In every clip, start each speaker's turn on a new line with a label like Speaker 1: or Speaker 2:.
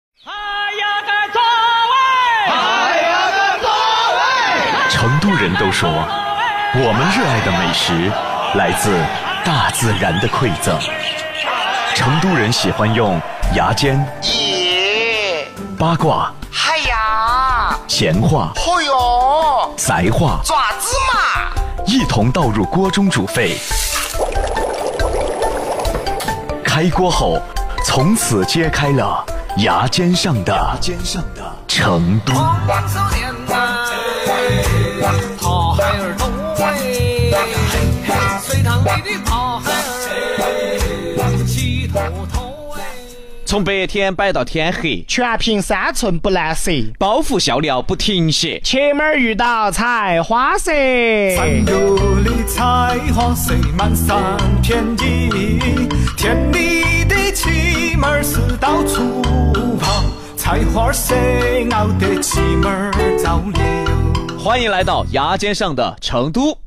Speaker 1: 哎
Speaker 2: 都说，我们热爱的美食来自大自然的馈赠。成都人喜欢用牙尖、
Speaker 3: 耶！
Speaker 2: 八卦、
Speaker 3: 嗨呀！
Speaker 2: 闲话、
Speaker 3: 嚯哟！
Speaker 2: 宅话
Speaker 3: 爪子嘛！
Speaker 2: 一同倒入锅中煮沸。开锅后，从此揭开了牙尖上的
Speaker 4: 肩上的。
Speaker 2: 成都。
Speaker 5: 我早年代，跑海儿东哎，隋唐里的跑海儿，七头头哎。
Speaker 6: 从白天摆到天黑，
Speaker 1: 全凭三寸不烂舌，
Speaker 6: 包袱笑料不停歇。
Speaker 1: 前门遇到菜花蛇。
Speaker 4: 山沟里菜花虽满山遍野，田里的气门儿是到处跑，菜花谁熬得气门儿着了。
Speaker 6: 欢迎来到牙尖上的成都。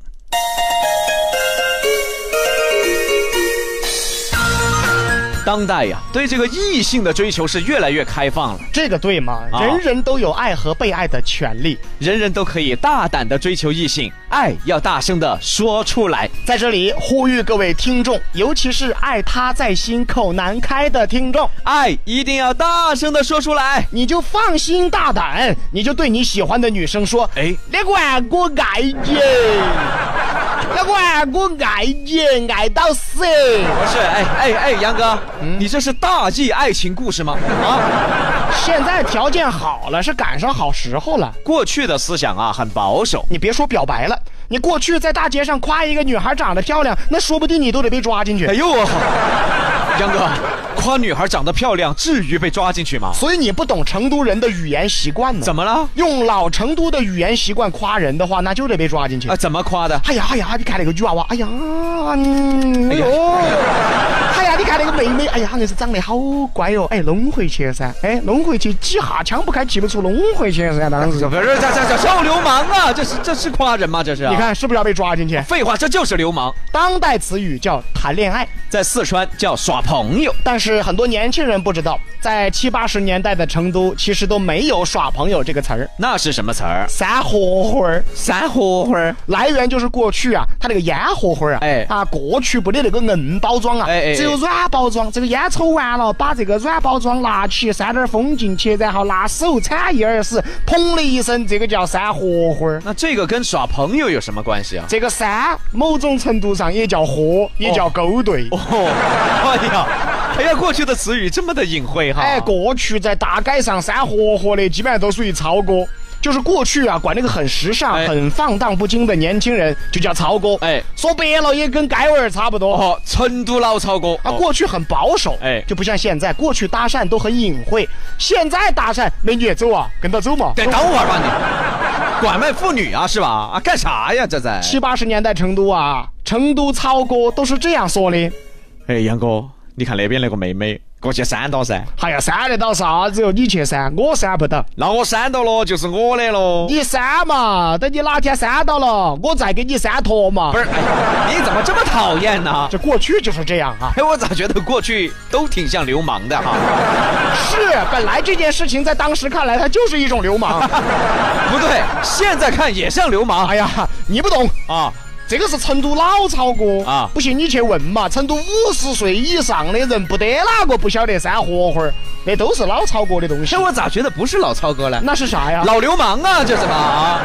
Speaker 6: 当代呀，对这个异性的追求是越来越开放了，
Speaker 1: 这个对吗？
Speaker 6: 啊
Speaker 1: 人人都有爱和被爱的权利。
Speaker 6: 人人都可以大胆的追求异性，爱要大声的说出来。
Speaker 1: 在这里呼吁各位听众，尤其是爱他在心口难开的听众，
Speaker 6: 爱一定要大声的说出来。
Speaker 1: 你就放心大胆，你就对你喜欢的女生说：“
Speaker 6: 哎
Speaker 1: 那个啊我爱你，那个啊我爱你，爱到死。
Speaker 6: 不是，哎哎哎，杨哥，
Speaker 1: 嗯
Speaker 6: 你这是大义爱情故事吗？啊，”
Speaker 1: 现在条件好了，是赶上好时候了。
Speaker 6: 过去的思想啊很保守，
Speaker 1: 你别说表白了，你过去在大街上夸一个女孩长得漂亮，那说不定你都得被抓进去。
Speaker 6: 哎呦我好，杨哥，夸女孩长得漂亮，至于被抓进去吗？
Speaker 1: 所以你不懂成都人的语言习惯呢。
Speaker 6: 怎
Speaker 1: 么？
Speaker 6: 么 了？
Speaker 1: 用老成都的语言习惯夸人的话，那就得被抓进去。
Speaker 6: 啊，怎么夸的？
Speaker 1: 哎呀哎呀，你看那个女娃娃，哎呀，嗯，
Speaker 6: 哎
Speaker 1: 哎
Speaker 6: 呀
Speaker 1: 呦，哎呀，你看那个妹妹，哎呀，硬是长得好乖哟、哎，弄回去噻，哎，弄回去，几下枪不开，气不出，弄回去噻，当时
Speaker 6: 这。 不是啊这这这小流氓啊！这是这是夸人吗？这是、
Speaker 1: 你，看是不是要被抓进去？
Speaker 6: 废话，这就是流氓，
Speaker 1: 当代词语叫谈恋爱，
Speaker 6: 在四川叫耍朋友。
Speaker 1: 但是很多年轻人不知道，在七八十年代的成都，其实都没有“耍朋友”这个词儿。
Speaker 6: 那是什么词儿？
Speaker 1: 三合伙儿
Speaker 6: 三合伙儿。
Speaker 1: 来源就是过去啊，它那个烟合伙儿啊，
Speaker 6: 哎
Speaker 1: 啊，过去没得那个硬包装啊，
Speaker 6: 哎哎哎
Speaker 1: 只有软包装。这个烟抽完了，把这个软包装拿起，扇点风进去，然后拿手铲一耳屎，砰的一声，这个叫三合伙儿。
Speaker 6: 那这个跟耍朋友有什么关系啊？
Speaker 1: 这个三某种程度上也叫合，也叫勾兑。
Speaker 6: 哦，哎呀，哎呀，过去的词语这么的隐晦哈。
Speaker 1: 哎，过去在大街上三合伙的，基本上都属于超哥。就是过去啊，管那个很时尚、
Speaker 6: 哎
Speaker 1: 很放荡不羁的年轻人，就叫超哥。
Speaker 6: 哎
Speaker 1: 说白了也跟街娃儿差不多。
Speaker 6: 哦，成都老超哥
Speaker 1: 啊，
Speaker 6: 哦
Speaker 1: 过去很保守，
Speaker 6: 哎
Speaker 1: 哎，就不像现在，过去搭讪都很隐晦，现在搭讪，美女走啊，跟他走嘛。
Speaker 6: 哎得等会儿吧你，拐卖妇女啊是吧？啊，干啥呀这在？
Speaker 1: 七八十年代成都啊，成都超哥都是这样说的。
Speaker 6: 哎，杨哥，你看那边那个妹妹，过去扇到噻，
Speaker 1: 哎呀，删得到啥子哟？你去删，我删不到。
Speaker 6: 那我扇到了就是我的喽。
Speaker 1: 你删嘛，等你哪天删到了，我再给你删坨嘛。
Speaker 6: 不是，哎，你怎么这么讨厌呢？
Speaker 1: 这过去就是这样啊。
Speaker 6: 哎，我咋觉得过去都挺像流氓的哈？
Speaker 1: 是，本来这件事情在当时看来，它就是一种流氓。
Speaker 6: 不对，现在看也像流氓。
Speaker 1: 哎呀，你不懂，
Speaker 6: 啊，
Speaker 1: 这个是成都老超哥
Speaker 6: 啊
Speaker 1: 啊！不信你去问嘛，成都五十岁以上的人，不得哪个不晓得三合伙儿，那都是老超哥的东西
Speaker 6: 哎，。我咋觉得不是老超哥了？
Speaker 1: 那是啥呀？
Speaker 6: 老流氓啊，这是吧？啊，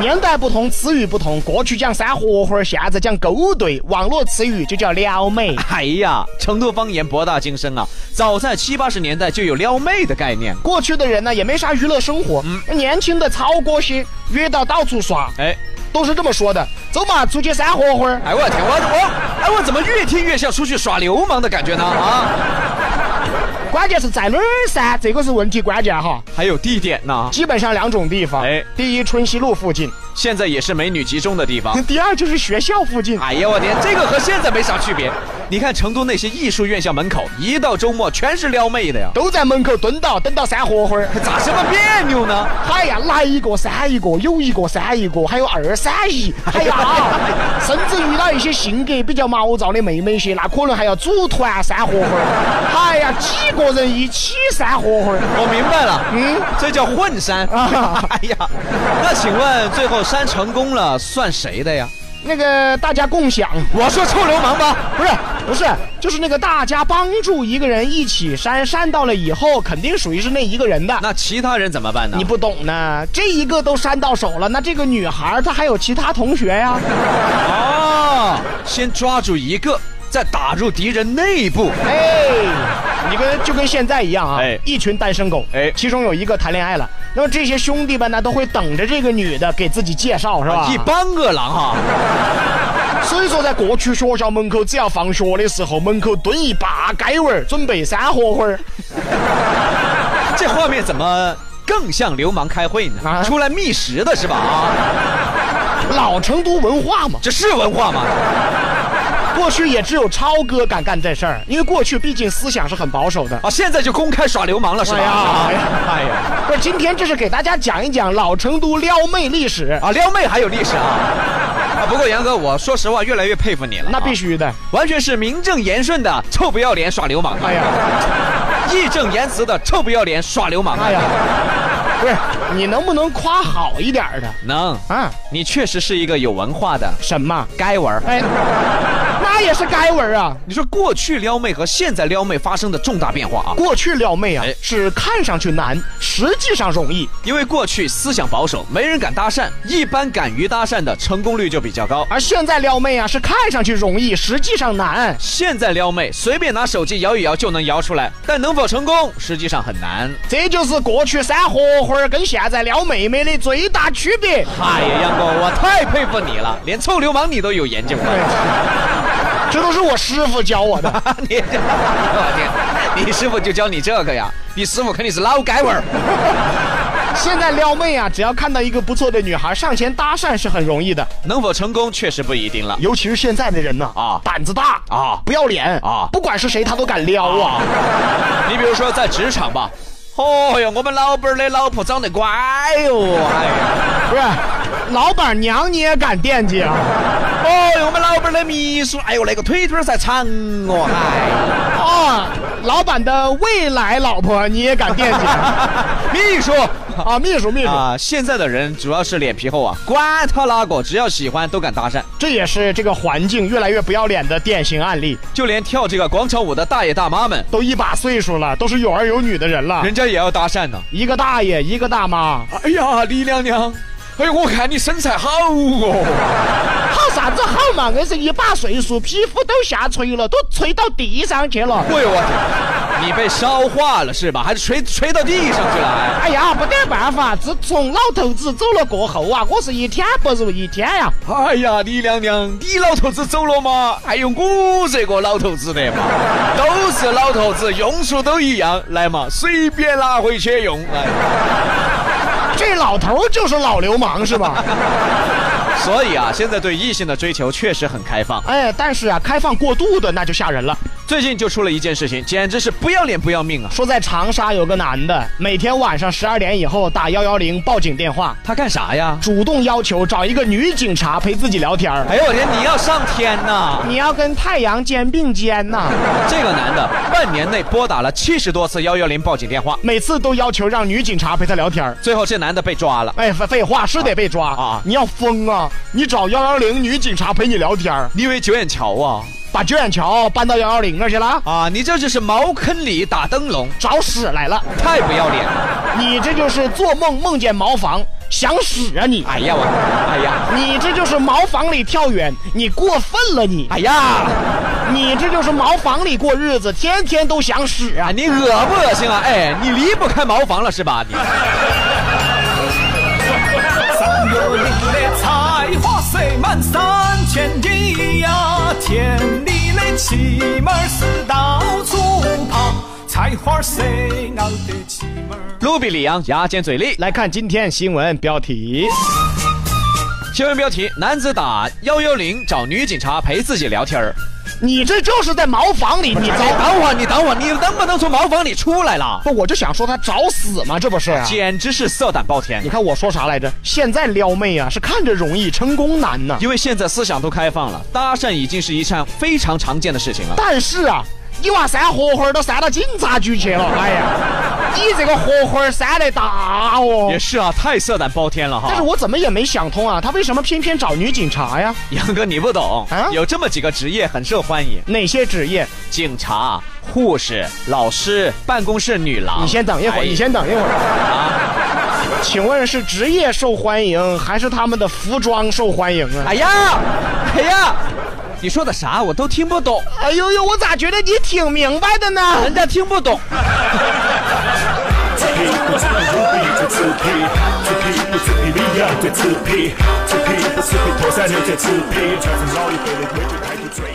Speaker 1: 年代不同，词语不同。过去讲三合伙儿，现在讲勾兑，网络词语就叫撩妹。
Speaker 6: 哎呀，成都方言博大精深啊，早在七八十年代就有撩妹的概念。
Speaker 1: 过去的人呢，也没啥娱乐生活，
Speaker 6: 嗯
Speaker 1: 年轻的超哥些约到到处耍，
Speaker 6: 哎，
Speaker 1: 都是这么说的：走嘛，出去三合伙儿。
Speaker 6: 哎，我天，我我，哎，我怎么越听越像出去耍流氓的感觉呢？啊，
Speaker 1: 关键是在哪儿噻？这个是问题关键哈。
Speaker 6: 还有地点呢，
Speaker 1: 基本上两种地方，
Speaker 6: 哎
Speaker 1: 第一春熙路附近，
Speaker 6: 现在也是美女集中的地方。
Speaker 1: 第二就是学校附近。
Speaker 6: 哎呀，我天，这个和现在没啥区别。你看成都那些艺术院校门口，一到周末全是撩妹的呀，
Speaker 1: 都在门口蹲到，等到三合伙儿。
Speaker 6: 咋这么别扭呢？
Speaker 1: 哎呀，来一个删一个，有一个删一个，还有二三一。哎呀， 啊甚至遇到一些性格比较毛躁的妹妹些，那可能还要组团三合伙儿。哎呀，几个人一起三合伙儿。
Speaker 6: 我明白了，嗯
Speaker 1: 嗯，
Speaker 6: 这叫混山。
Speaker 1: 啊
Speaker 6: 哎呀，那请问最后后删成功了，算谁的呀？
Speaker 1: 那个大家共享，
Speaker 6: 我说臭流氓吧，
Speaker 1: 不是不是，就是那个大家帮助一个人一起删，删到了以后肯定属于是那一个人的。
Speaker 6: 那其他人怎么办呢？
Speaker 1: 你不懂呢，这一个都删到手了，那这个女孩她还有其他同学呀、
Speaker 6: 啊，先抓住一个，再打入敌人内部。
Speaker 1: 哎，你跟就跟现在一样啊，
Speaker 6: 哎
Speaker 1: 一群单身狗，
Speaker 6: 哎
Speaker 1: 其中有一个谈恋爱了，那么这些兄弟们呢，都会等着这个女的给自己介绍，是吧？
Speaker 6: 啊一帮个狼哈，
Speaker 1: 所以说，在过去学校门口，只要放学的时候，门口蹲一把盖碗儿，准备三合会儿。
Speaker 6: 这画面怎么更像流氓开会呢？
Speaker 1: 啊
Speaker 6: 出来觅食的是吧？啊，
Speaker 1: 老成都文化嘛，
Speaker 6: 这是文化吗？
Speaker 1: 过去也只有超哥敢干这事儿，因为过去毕竟思想是很保守的。
Speaker 6: 啊，现在就公开耍流氓了是吧？
Speaker 1: 哎呀
Speaker 6: 啊哎呀，
Speaker 1: 不是，今天这是给大家讲一讲老成都撩妹历史。
Speaker 6: 啊，撩妹还有历史啊！啊，不过杨哥，我说实话，越来越佩服你了啊、
Speaker 1: 那必须的，
Speaker 6: 完全是名正言顺的臭不要脸耍流氓，啊
Speaker 1: 哎呀，
Speaker 6: 义正言辞的臭不要脸耍流氓。啊
Speaker 1: 哎呀，不是，你能不能夸好一点儿的
Speaker 6: 能，
Speaker 1: 啊？
Speaker 6: 你确实是一个有文化的
Speaker 1: 什么？
Speaker 6: 该玩儿。
Speaker 1: 哎，那也是该文儿啊。
Speaker 6: 你说过去撩妹和现在撩妹发生的重大变化啊，
Speaker 1: 过去撩妹啊
Speaker 6: 哎，
Speaker 1: 是看上去难，实际上容易。
Speaker 6: 因为过去思想保守，没人敢搭讪，一般敢于搭讪的成功率就比较高。
Speaker 1: 而现在撩妹啊，是看上去容易，实际上难。
Speaker 6: 现在撩妹随便拿手机摇一摇就能摇出来，但能否成功实际上很难。
Speaker 1: 这就是过去三合伙儿跟现在撩妹妹的最大区别。
Speaker 6: 哎呀，杨哥，我太佩服你了，连臭流氓你都有研究啊！
Speaker 1: 这都是我师傅教我的。
Speaker 6: 你，我天，你师傅就教你这个呀？你师傅肯定是老改味儿。
Speaker 1: 现在撩妹啊，只要看到一个不错的女孩，上前搭讪是很容易的。
Speaker 6: 能否成功确实不一定了。
Speaker 1: 尤其是现在的人呢，
Speaker 6: 啊
Speaker 1: 啊，胆子大
Speaker 6: 啊
Speaker 1: 啊，不要脸啊，
Speaker 6: 啊
Speaker 1: 不管是谁他都敢撩啊。
Speaker 6: 你比如说在职场吧，哦哟，我们老板儿的老婆长得乖哟，哎呀，
Speaker 1: 不是，老板娘你也敢惦记啊？
Speaker 6: 哦哟，我们老板儿的秘书，哎呦，那个腿腿儿才长哦，哎
Speaker 1: 啊，老板的未来老婆你也敢惦记 啊？
Speaker 6: 秘书。
Speaker 1: 啊秘书秘书，
Speaker 6: 啊，现在的人主要是脸皮厚啊，管他哪个，只要喜欢都敢搭讪，
Speaker 1: 这也是这个环境越来越不要脸的典型案例。
Speaker 6: 就连跳这个广场舞的大爷大妈们，
Speaker 1: 都一把岁数了，都是有儿有女的人了，
Speaker 6: 人家也要搭讪呢。
Speaker 1: 一个大爷，一个大妈，
Speaker 6: 哎呀，李娘娘，哎呦，我看你身材好哦。
Speaker 1: 好啥子好嘛？我是一把岁数，皮肤都下垂了，都垂到地上去了。
Speaker 6: 哎呦我天，你被烧化了是吧？还是垂垂到地上去了？哎
Speaker 1: 哎呀，没得办法，自从老头子走了过后啊，我是一天不如一天呀、
Speaker 6: 哎呀，李娘娘，你老头子走了吗？还有哎我这个老头子的嘛，都是老头子，用处都一样，来嘛，随便拿回去用。哎，
Speaker 1: 这老头儿就是老流氓是吧？
Speaker 6: 所以啊，现在对异性的追求确实很开放。
Speaker 1: 哎，但是啊，开放过度的那就吓人了。
Speaker 6: 最近就出了一件事情，简直是不要脸不要命啊！
Speaker 1: 说在长沙有个男的，每天晚上十二点以后打幺幺零报警电话，
Speaker 6: 他干啥呀？
Speaker 1: 主动要求找一个女警察陪自己聊天儿。
Speaker 6: 哎呦我天，你要上天呐！
Speaker 1: 你要跟太阳肩并肩呐、
Speaker 6: 这个男的半年内拨打了七十多次幺幺零报警电话，
Speaker 1: 每次都要求让女警察陪他聊天儿。
Speaker 6: 最后这男的被抓了。
Speaker 1: 哎，废废话是得被抓
Speaker 6: 啊
Speaker 1: 你要疯啊！你找幺幺零女警察陪你聊天儿，
Speaker 6: 你以为九眼桥啊？
Speaker 1: 把九眼桥搬到幺幺零那儿去了，
Speaker 6: 啊，你这就是茅坑里打灯笼，
Speaker 1: 找屎来了！
Speaker 6: 太不要脸了！
Speaker 1: 你这就是做梦梦见茅房，想屎啊你！
Speaker 6: 哎呀我，哎呀，
Speaker 1: 你这就是茅房里跳远，你过分了你！
Speaker 6: 哎呀，
Speaker 1: 你这就是茅房里过日子，天天都想屎啊
Speaker 6: 啊！你恶不恶心啊？哎，你离不开茅房了是吧？你
Speaker 4: 三个零的才华塞满三千里呀，田里的骑马儿是到处跑，才华塞俺的骑马儿。
Speaker 6: 卢比里昂牙尖嘴利。
Speaker 1: 来看今天新闻标题：
Speaker 6: 新闻标题：男子打幺幺零找女警察陪自己聊天儿。
Speaker 1: 你这就是在茅房里，你
Speaker 6: 你
Speaker 1: 找
Speaker 6: 等会儿，你等会儿，你能不能从茅房里出来
Speaker 4: 啊
Speaker 6: 了？
Speaker 1: 不，我就想说他找死嘛，这不是、啊？
Speaker 6: 简直是色胆包天
Speaker 1: 你！看我说啥来着？现在撩妹啊，是看着容易，成功难呐、
Speaker 6: 因为现在思想都开放了，搭讪已经是一项非常常见的事情了。
Speaker 1: 但是啊，你娃三合伙都删到警察局去了，哎呀，你这个荷花山的大哦
Speaker 6: 也。是啊，太色胆包天了哈。
Speaker 1: 但是我怎么也没想通啊，他为什么偏偏找女警察呀？
Speaker 6: 杨哥你不懂
Speaker 1: 啊
Speaker 6: 有这么几个职业很受欢迎：
Speaker 1: 哪些职业？
Speaker 6: 警察、护士、老师、办公室女郎。
Speaker 1: 你先等一会儿，
Speaker 6: 哎啊
Speaker 1: 你先等一会儿。请问是职业受欢迎，还是他们的服装受欢迎啊？
Speaker 6: 哎呀，哎呀，你说的啥我都听不懂，
Speaker 1: 哎呦呦，我咋觉得你挺明白的呢？
Speaker 6: 人家听不懂。
Speaker 7: 这批不是比利亚的刺皮，这批不是比头山牛的刺皮，穿成老一辈的规矩，抬起嘴。